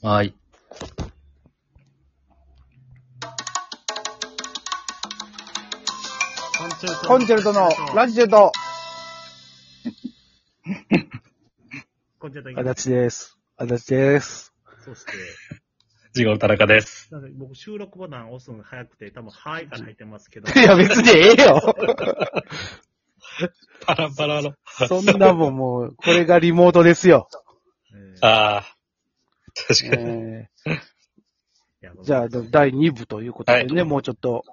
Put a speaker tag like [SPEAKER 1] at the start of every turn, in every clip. [SPEAKER 1] はい。
[SPEAKER 2] コンチェルトのラジチェルト。
[SPEAKER 3] コンチェルト行
[SPEAKER 4] あ
[SPEAKER 3] き
[SPEAKER 4] だ
[SPEAKER 3] ま
[SPEAKER 4] ちです。あだちです。
[SPEAKER 3] す。そして、
[SPEAKER 1] ジゴル田中です。
[SPEAKER 3] なんか僕収録ボタン押すのが早くて、多分はいから入ってます けど、
[SPEAKER 4] いや、別にええよ。
[SPEAKER 1] パラパラの。
[SPEAKER 4] そんなもんもう、これがリモートですよ。
[SPEAKER 3] えー
[SPEAKER 1] ああ。確かに。
[SPEAKER 4] え
[SPEAKER 3] いや
[SPEAKER 4] ーじゃあ、
[SPEAKER 3] い
[SPEAKER 4] 第2部ということでね、
[SPEAKER 1] はい
[SPEAKER 4] もうちょっと、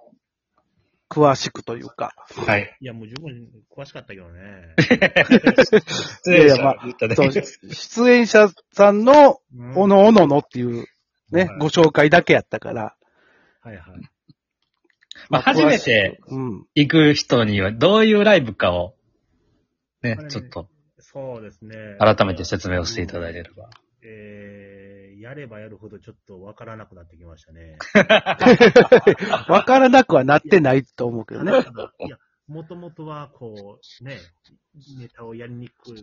[SPEAKER 4] 詳しくというか。
[SPEAKER 1] はい。
[SPEAKER 3] や、もう十分詳しかったけどね。
[SPEAKER 1] 失礼し
[SPEAKER 4] いやいやま
[SPEAKER 1] 言ったね。
[SPEAKER 4] そう 出演者さんの、
[SPEAKER 3] うん
[SPEAKER 4] おのおののっていう、ね
[SPEAKER 3] はい、
[SPEAKER 4] ご紹介だけやったから。
[SPEAKER 3] はいはい。
[SPEAKER 1] まあ、初めて
[SPEAKER 4] うん。
[SPEAKER 1] 行く人にはどういうライブかを、ね
[SPEAKER 3] これ、ね
[SPEAKER 1] ちょっと
[SPEAKER 3] そうですね。
[SPEAKER 1] 改めて説明をしていただいてれば。
[SPEAKER 3] えー、やればやるほどちょっとわからなくなってきましたね。
[SPEAKER 4] わからなくはなってないと思うけど ね。
[SPEAKER 3] いや、もともとは、こう、ね、ネタをやりにくく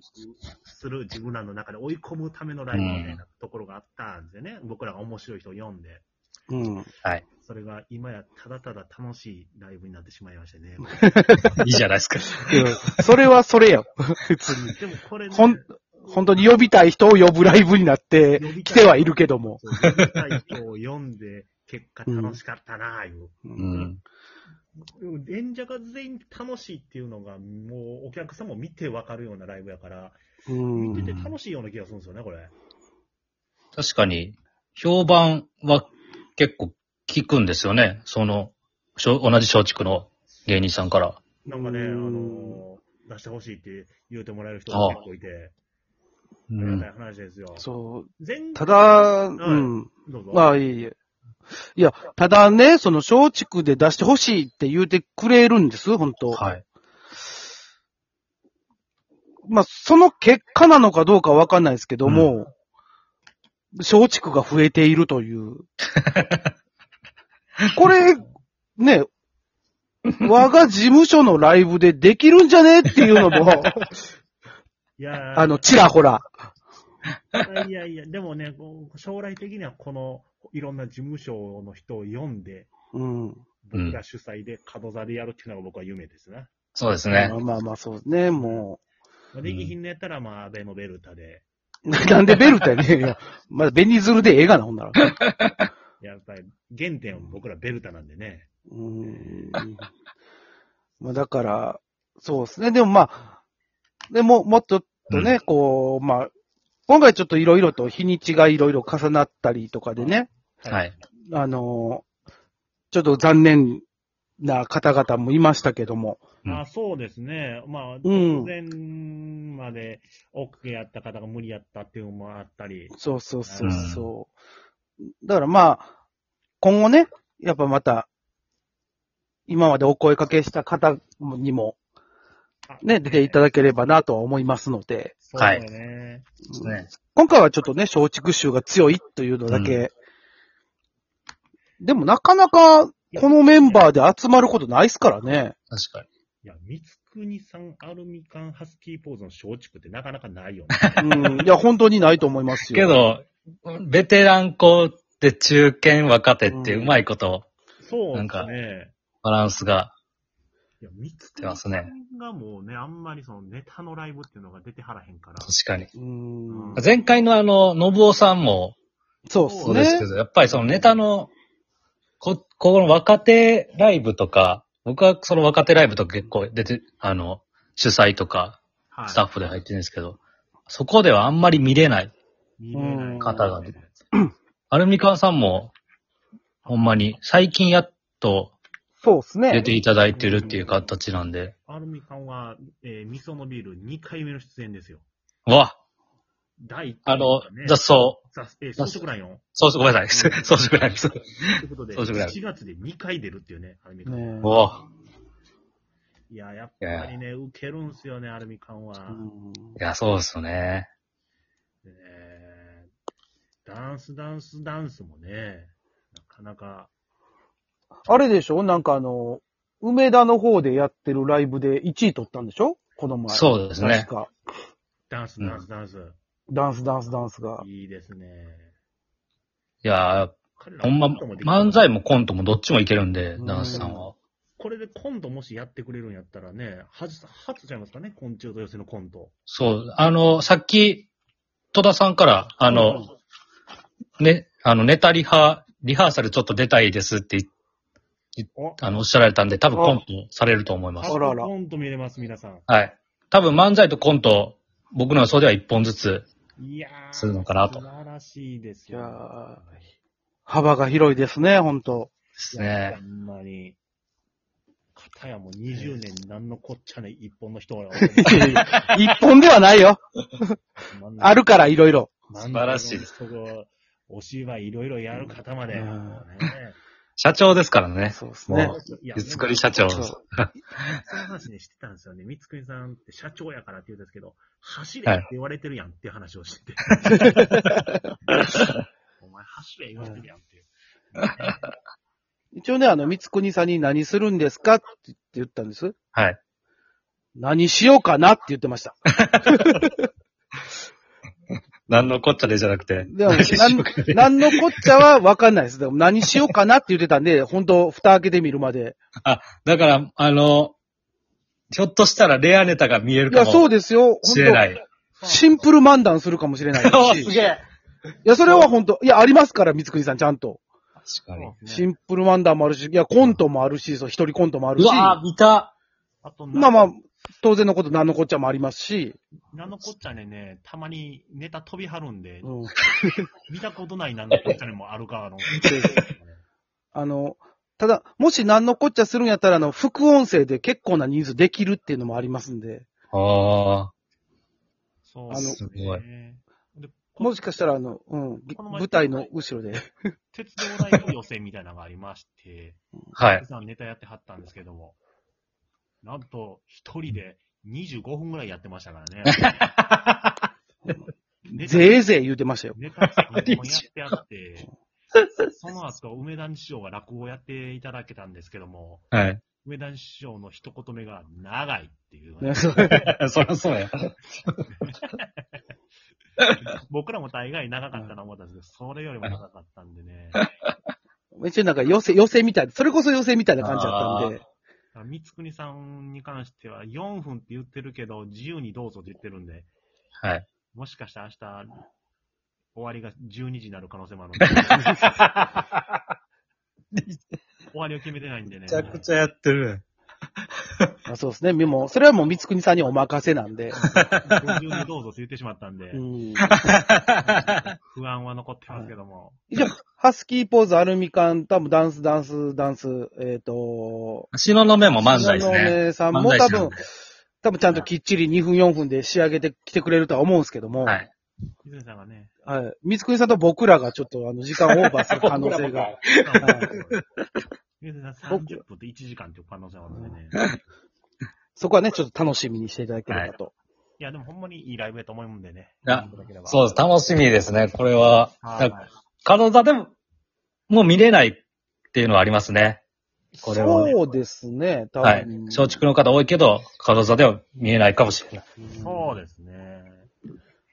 [SPEAKER 3] する自分らの中で追い込むためのライブみたいなところがあったんですよね。僕らが面白い人を読んで。
[SPEAKER 4] うん。
[SPEAKER 3] それが今やただただ楽しいライブになってしまいましたね。
[SPEAKER 1] いいじゃないですか。
[SPEAKER 4] けどそれはそれ よ。別に。
[SPEAKER 3] でもこれね、
[SPEAKER 4] ほん、本当に呼びたい人を呼ぶライブになって
[SPEAKER 3] 呼びた
[SPEAKER 4] き
[SPEAKER 3] い
[SPEAKER 4] てはいるけども。
[SPEAKER 3] そう読みたい人を読んで、結果楽しかったなあいう。
[SPEAKER 4] う
[SPEAKER 1] う。ん。
[SPEAKER 3] でも演者が全員楽しいっていうのが、もうお客さんも見てわかるようなライブやから、
[SPEAKER 4] うん
[SPEAKER 3] 見てて楽しいような気がするんですよね、これ。
[SPEAKER 1] 確かに、評判は結構聞くんですよね。その、しょ同じ松竹の芸人さんから。
[SPEAKER 3] なんかね、あ
[SPEAKER 4] うん
[SPEAKER 3] のー出してほしいって言うてもらえる人
[SPEAKER 1] ああ
[SPEAKER 3] が結構いて、
[SPEAKER 1] う
[SPEAKER 3] ありがた
[SPEAKER 1] ん。
[SPEAKER 3] い話ですよ。
[SPEAKER 4] そう。
[SPEAKER 3] 全
[SPEAKER 4] ただ、うん。
[SPEAKER 3] どうぞ。
[SPEAKER 4] まあ、いいえ。いや、ただね、その、松竹で出してほしいって言うてくれるんです、本当
[SPEAKER 1] はい。
[SPEAKER 4] まあ、その結果なのかどうかわかんないですけども、松竹が増えていると いう。これ、ね、我が事務所のライブでできるんじゃねっていうの も、
[SPEAKER 3] いやー
[SPEAKER 4] あの、ちらほら。
[SPEAKER 3] いやいや、でもね、こう将来的にはこのいろんな事務所の人を読んで、
[SPEAKER 4] う
[SPEAKER 1] う
[SPEAKER 4] ん。
[SPEAKER 1] ん
[SPEAKER 3] 僕が主催で角座でやるっていうのが僕は夢ですな。
[SPEAKER 1] そうです
[SPEAKER 4] ま
[SPEAKER 1] ね。
[SPEAKER 4] あまあまあ、そうですね、も
[SPEAKER 3] まあできひんのやったら、まあ、アベノベルタで、
[SPEAKER 4] う。 なんでベルタやねんいや。まあ、ベニズルでええがな、ほんな ら。
[SPEAKER 3] やっぱり原点は僕らベルタなんでね。
[SPEAKER 4] うーんまあだから、そうですね。でもまあ、でも、もっとね、
[SPEAKER 1] うん
[SPEAKER 4] こう、まあ、今回ちょっといろいろと日にちがいろいろ重なったりとかでね、
[SPEAKER 1] はい。
[SPEAKER 4] あのーちょっと残念な方々もいましたけども、
[SPEAKER 1] うん
[SPEAKER 3] あそうですね。まあ、
[SPEAKER 4] ん
[SPEAKER 3] 突然まで OK やった方が無理やったっていうのもあったり、
[SPEAKER 4] そうそうそうそう。だからまあ、今後ね、やっぱまた、今までお声かけした方にも、
[SPEAKER 3] あ
[SPEAKER 4] ね、出ていただければなとは思いますので、
[SPEAKER 3] そうだよね。
[SPEAKER 1] そうですね。
[SPEAKER 4] 今回はちょっとね、松竹臭が強いというのだけ。でもなかなか、このメンバーで集まることないっすからね。
[SPEAKER 1] 確かに。
[SPEAKER 3] いや、三国さんアルミ缶ハスキーポーズの松竹ってなかなかないよね。
[SPEAKER 4] うん。いや、本当にないと思います
[SPEAKER 1] け
[SPEAKER 4] よ。
[SPEAKER 1] ど、ベテラン校って中堅若手って
[SPEAKER 4] う
[SPEAKER 1] うんまいこと、
[SPEAKER 3] そう
[SPEAKER 1] なん
[SPEAKER 3] で
[SPEAKER 1] か
[SPEAKER 3] すね。
[SPEAKER 1] バランスが。
[SPEAKER 3] いや、三
[SPEAKER 1] てま
[SPEAKER 3] つ
[SPEAKER 1] すね
[SPEAKER 3] がもうね、あんまりそのネタのライブっていうのが出てはらへんから。
[SPEAKER 1] 確かに。
[SPEAKER 4] うん。
[SPEAKER 1] 前回のあの、信夫さんも
[SPEAKER 4] そう
[SPEAKER 1] そ
[SPEAKER 4] っ
[SPEAKER 1] うです
[SPEAKER 4] す
[SPEAKER 1] け
[SPEAKER 4] ね。
[SPEAKER 1] ど、やっぱりそのネタの、こ、ここの若手ライブとか、僕はその若手ライブとか結構出て、あの、主催とか、
[SPEAKER 3] はい
[SPEAKER 1] スタッフで入ってるんですけど、そこではあんまり見れない。
[SPEAKER 3] 見れな
[SPEAKER 4] うん
[SPEAKER 3] い
[SPEAKER 1] 方がねアルミカワさんも、ほんまに、最近やっと
[SPEAKER 4] そうっす
[SPEAKER 1] 出
[SPEAKER 4] ね。
[SPEAKER 1] ていただいてるっていう形なんで、
[SPEAKER 3] アルミ缶は、えー、味噌のビール2回目の出演ですよ。
[SPEAKER 1] うわ、
[SPEAKER 3] 第1
[SPEAKER 1] あの、雑
[SPEAKER 3] ザ・
[SPEAKER 1] 草、
[SPEAKER 3] ザ・えー、装飾欄よ。
[SPEAKER 1] そうそう、ごめんなさい。
[SPEAKER 3] う ん
[SPEAKER 1] そうそう、ごめんなさい。
[SPEAKER 3] ということで、
[SPEAKER 1] 装飾欄
[SPEAKER 3] 7月で2回出るっていうね、アルミ缶。
[SPEAKER 4] ね
[SPEAKER 1] おぉ。
[SPEAKER 3] いや、やっぱりね、受けるんすよね、アルミ缶は。
[SPEAKER 4] う
[SPEAKER 1] い
[SPEAKER 4] ん
[SPEAKER 1] や、そうですよね。
[SPEAKER 3] ねダンス、ダンス、ダンスもね、なかなか、
[SPEAKER 4] あれでしょなんかあの、梅田の方でやってるライブで1位取ったんでしょこの前。
[SPEAKER 1] そうですね
[SPEAKER 4] 確か。
[SPEAKER 3] ダンス、ダンス、ダンス、
[SPEAKER 4] ダンスダンスダンスが。
[SPEAKER 3] いいですね。
[SPEAKER 1] いやー、
[SPEAKER 3] 彼ら
[SPEAKER 1] ほんま、
[SPEAKER 3] コントもできる
[SPEAKER 1] 漫才もコントもどっちもいけるんで、ダンスさんは。
[SPEAKER 3] これでコントもしやってくれるんやったらね、はず、はずちゃいますかね、昆虫と寄せのコント。
[SPEAKER 1] そう、あの、さっき、戸田さんから、あの、ね、あの、ネタリハ、リハーサルちょっと出たいですってい、い
[SPEAKER 3] お
[SPEAKER 1] あの、おっしゃられたんで、多分コントされると思います
[SPEAKER 4] あ。らら
[SPEAKER 3] コント見れます、皆さん。
[SPEAKER 1] はい。多分漫才とコント、僕の予想では一本ずつ。
[SPEAKER 3] いやー、
[SPEAKER 1] するのかなと
[SPEAKER 3] 素晴らしいです
[SPEAKER 4] いや
[SPEAKER 3] よ。
[SPEAKER 4] ー幅が広いですね、本
[SPEAKER 1] で
[SPEAKER 4] 当
[SPEAKER 1] す
[SPEAKER 3] いや
[SPEAKER 1] ね
[SPEAKER 3] ほ。んまに。片やもう20年何のこっちゃね、一本の人が。。
[SPEAKER 4] 一本ではないよ。 あるから、いろいろ。
[SPEAKER 1] 素晴らしいです
[SPEAKER 3] そこ、お芝居いろいろやる方まで。
[SPEAKER 4] うん
[SPEAKER 3] ね
[SPEAKER 1] 社長ですからね。
[SPEAKER 4] そうです
[SPEAKER 1] ね
[SPEAKER 4] ね
[SPEAKER 1] も。
[SPEAKER 3] いや
[SPEAKER 1] ゆつくり社長。
[SPEAKER 4] そう
[SPEAKER 3] その話ね、してたんですよね。三つくりさんって社長やからって言うんですけど、走れって言われてるやんっていう話を してて。お前走れ言われてるやんっていう。
[SPEAKER 4] 一応ね、あの、三つ国さんに何するんですかって言ったんです。
[SPEAKER 1] はい。
[SPEAKER 4] 何しようかなって言ってました。
[SPEAKER 1] 何のこっちゃでじゃなくて。
[SPEAKER 4] でも、なん、何のこっちゃは分かんないです。でも、何しようかなって言ってたんで、本当蓋開けてみるまで。
[SPEAKER 1] だから、あの、ひょっとしたらレアネタが見える
[SPEAKER 4] い
[SPEAKER 1] か
[SPEAKER 4] や、そ
[SPEAKER 1] も
[SPEAKER 4] うですよ。
[SPEAKER 1] しれな
[SPEAKER 4] 本
[SPEAKER 1] い。
[SPEAKER 4] 当シンプル漫談するかもしれ ない
[SPEAKER 1] お
[SPEAKER 4] し。
[SPEAKER 1] す
[SPEAKER 4] い
[SPEAKER 1] げえ。
[SPEAKER 4] や、それは本当いや、ありますから、三つ国さん、ちゃんと。
[SPEAKER 1] 確かに。
[SPEAKER 4] シンプル漫談もあるし、いや、コントもあるし、そう、一人コントもある
[SPEAKER 1] う
[SPEAKER 4] し。
[SPEAKER 1] わぁ、見た。
[SPEAKER 3] あと、
[SPEAKER 4] まあまあ、当然のこと、何のこっちゃもありますし。
[SPEAKER 3] なんのこっちゃねね、たまにネタ飛びはるんで、
[SPEAKER 4] うん
[SPEAKER 3] 見たことないなんのこっちゃねもあるからの。
[SPEAKER 4] あの、ただ、もし何のこっちゃするんやったら、あの、副音声で結構な人数できるっていうのもありますんで、
[SPEAKER 1] あ
[SPEAKER 3] そう
[SPEAKER 4] あ
[SPEAKER 3] で
[SPEAKER 4] の
[SPEAKER 3] すごい。で
[SPEAKER 4] もしかしたら、あの、うん、
[SPEAKER 3] この前
[SPEAKER 4] 舞台の後ろ で。
[SPEAKER 3] 鉄道大の予選みたいなのがありまして、
[SPEAKER 1] あ。はい。
[SPEAKER 3] さんネタやってはったんですけども、なんと、一人で25分ぐらいやってましたからね。ネタ
[SPEAKER 4] ぜえぜえ言うてましたよ。
[SPEAKER 3] ネタ3本やってあって、その後、梅田師匠が落語をやっていただけたんですけども、
[SPEAKER 1] はい。
[SPEAKER 3] 梅田師匠の一言目が、長いっていうのがね、
[SPEAKER 4] ねそう
[SPEAKER 1] そりゃそうや。
[SPEAKER 3] 僕らも大概長かったな思ったんですけど、それよりも長かったんでね。
[SPEAKER 4] 一応なんか寄せ、寄せみたい。それこそ寄せみたいな感じだったんで。
[SPEAKER 3] 三つ国さんに関しては、4分って言ってるけど、自由にどうぞって言ってるんで、
[SPEAKER 1] はい。
[SPEAKER 3] もしかして明日、終わりが12時になる可能性もあるので。終わりを決めてないんでね。
[SPEAKER 1] ゃやって る。
[SPEAKER 4] まあ、そうですね。でも、それはもう三つ国さんにお任せなんで。
[SPEAKER 3] ご自由にどうぞって言ってしまったんで
[SPEAKER 4] う、ん。
[SPEAKER 3] 不安は残ってますけども。
[SPEAKER 4] 一応、ハスキーポーズ、アルミ缶、多分ダンス、ダンス、ダンス、えっ、と、
[SPEAKER 1] 篠の目も漫才です
[SPEAKER 4] 篠
[SPEAKER 1] ね。
[SPEAKER 4] 宮さんも
[SPEAKER 1] 漫才
[SPEAKER 4] 多
[SPEAKER 1] 師なん
[SPEAKER 4] 分
[SPEAKER 1] で、
[SPEAKER 4] 多分ちゃんときっちり2分4分で仕上げてきてくれるとは思うんですけども。
[SPEAKER 1] はい。
[SPEAKER 3] 泉さんがね、
[SPEAKER 4] はい。三つくりさんと僕らがちょっとあの時間オーバーする可能性が。
[SPEAKER 3] 水谷
[SPEAKER 4] はい
[SPEAKER 3] さん30分と1時間っていう可能性もあるんでね。
[SPEAKER 4] そこはね、ちょっと楽しみにしていただければと。
[SPEAKER 3] いや、でもほんまにいいライブやと思うんでね。
[SPEAKER 1] あ
[SPEAKER 3] 見ていただければ
[SPEAKER 1] そうです。楽しみですね、これは。
[SPEAKER 3] はい
[SPEAKER 1] 体でも、もう見れないっていうのはありますね。これはね
[SPEAKER 4] そうですね、多分。
[SPEAKER 1] はい。松竹の方多いけど、角座では見えないかもしれない。
[SPEAKER 3] そうですね。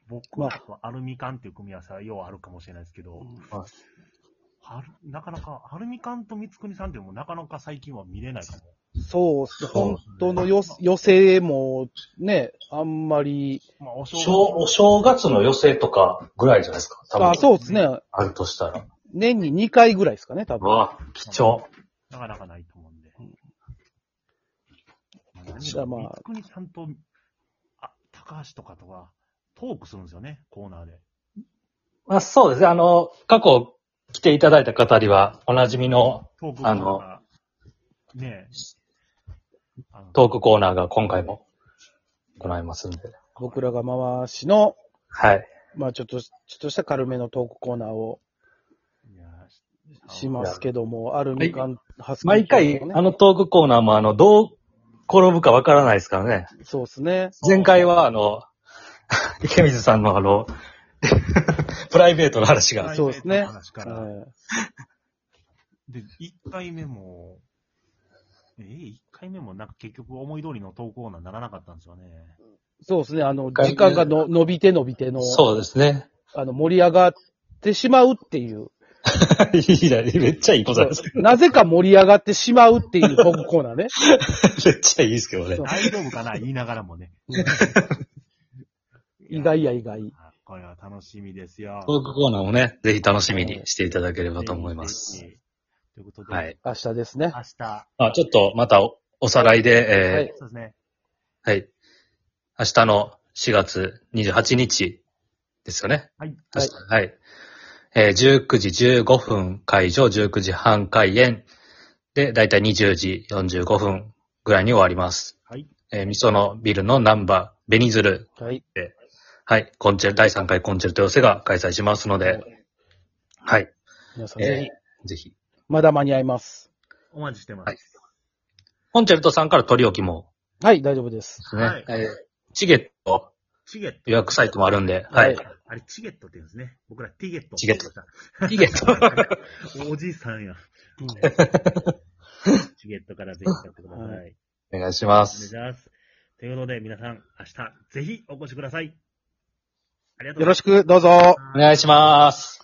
[SPEAKER 3] 僕はアルミ缶っていう組み合わせはようあるかもしれないですけど、
[SPEAKER 1] はい
[SPEAKER 3] はるなかなか、アルミ缶と三つ国さんっていうのもなかなか最近は見れないかも。
[SPEAKER 4] そうっす。
[SPEAKER 1] そう
[SPEAKER 4] 本当のよ寄せもね、あんまり。
[SPEAKER 3] まあ、お正
[SPEAKER 1] お正月の寄席とかぐらいじゃないですか。多分。
[SPEAKER 4] あ、そうですね。
[SPEAKER 1] あるとしたら。
[SPEAKER 4] 年に2回ぐらいですかね、多分。
[SPEAKER 1] わ、貴重。
[SPEAKER 3] なかなかないと思うんで。
[SPEAKER 4] じゃあまあ
[SPEAKER 3] 三國さんと、あ、高橋とかとは、トークするんですよね、コーナーで。
[SPEAKER 1] あ、そうですね。あの、過去来ていただいた方には、おなじみの
[SPEAKER 3] トークコーナーが、ねえ。あの
[SPEAKER 1] トークコーナーが今回も行いますんで。
[SPEAKER 4] 僕らが回しの、
[SPEAKER 1] はい。
[SPEAKER 4] まあちょっと、ちょっとした軽めのトークコーナーを
[SPEAKER 3] いや
[SPEAKER 4] しますけども、アルミ缶、ハスキー
[SPEAKER 1] 毎回、
[SPEAKER 4] ポーズとか
[SPEAKER 1] あ
[SPEAKER 4] ね、
[SPEAKER 1] のトークコーナーも、あの、どう転ぶかわからないですからね。
[SPEAKER 4] そうですね。
[SPEAKER 1] 前回は、あの、 池水さんのあの、 プライベートの話が、
[SPEAKER 4] そうですね
[SPEAKER 3] 話から
[SPEAKER 4] はい
[SPEAKER 3] で、1回目も、ええ、1回目もなんか結局思い通りの投稿にならなかったんです よね。
[SPEAKER 4] そうですね。あの、
[SPEAKER 1] 回
[SPEAKER 4] 時間がの伸びて伸びての、
[SPEAKER 1] そうですね。
[SPEAKER 4] あの、盛り上がってしまうっていう。
[SPEAKER 1] いいね。めっちゃいいことなんですけ
[SPEAKER 4] なぜか盛り上がってしまうっていうトークコーナーね。
[SPEAKER 1] ど。めっちゃいいですけどね
[SPEAKER 4] そ。う
[SPEAKER 3] 大丈夫かな言いながらもね。
[SPEAKER 4] 意外や意外。
[SPEAKER 3] これは楽しみですよ。
[SPEAKER 1] トークコーナーもね、ぜひ楽しみにしていただければと思います。
[SPEAKER 3] ぜひ。ということで、
[SPEAKER 1] はい。
[SPEAKER 4] 明日ですね。
[SPEAKER 3] 明日、
[SPEAKER 1] あ、ちょっとまたおおさらい
[SPEAKER 4] は
[SPEAKER 1] で、
[SPEAKER 4] い。
[SPEAKER 3] そうですね。
[SPEAKER 1] えーはい。明日の4月28日ですよね。
[SPEAKER 3] はい。
[SPEAKER 1] 明日はい。えー19時15分会場、19時半開演で、だいたい20時45分ぐらいに終わります。
[SPEAKER 3] はい。
[SPEAKER 1] えー、みそのビルのナンバー、ベニズル、
[SPEAKER 4] はい。
[SPEAKER 1] はい、コンチェル、第3回コンチェルト寄せが開催しますので、はい、
[SPEAKER 4] 皆さん、
[SPEAKER 1] え
[SPEAKER 4] ぜひ、
[SPEAKER 1] ーぜひ。
[SPEAKER 4] まだ間に合います。
[SPEAKER 3] お待ちしてま
[SPEAKER 1] はい
[SPEAKER 3] す。
[SPEAKER 1] コンチェルトさんから取り置きも
[SPEAKER 4] はい、大丈夫です。
[SPEAKER 1] ですね、
[SPEAKER 3] はい
[SPEAKER 1] えーチゲット
[SPEAKER 3] チゲット。
[SPEAKER 1] 予約サイトもあるんで、はい。
[SPEAKER 4] は
[SPEAKER 3] あれ、チゲットって言うんですね。僕らティゲット。
[SPEAKER 1] チゲット。チゲット。
[SPEAKER 3] おじいさんや。
[SPEAKER 4] うん
[SPEAKER 3] チゲットからぜひ買ってください。お
[SPEAKER 4] は
[SPEAKER 3] 願い
[SPEAKER 1] お願いしま
[SPEAKER 3] し
[SPEAKER 1] す。
[SPEAKER 3] ます。ということで、皆さん、明日、ぜひお越しください。ありがとうござい
[SPEAKER 4] よろ
[SPEAKER 3] ます
[SPEAKER 4] しく、どうぞ。
[SPEAKER 1] お願いします。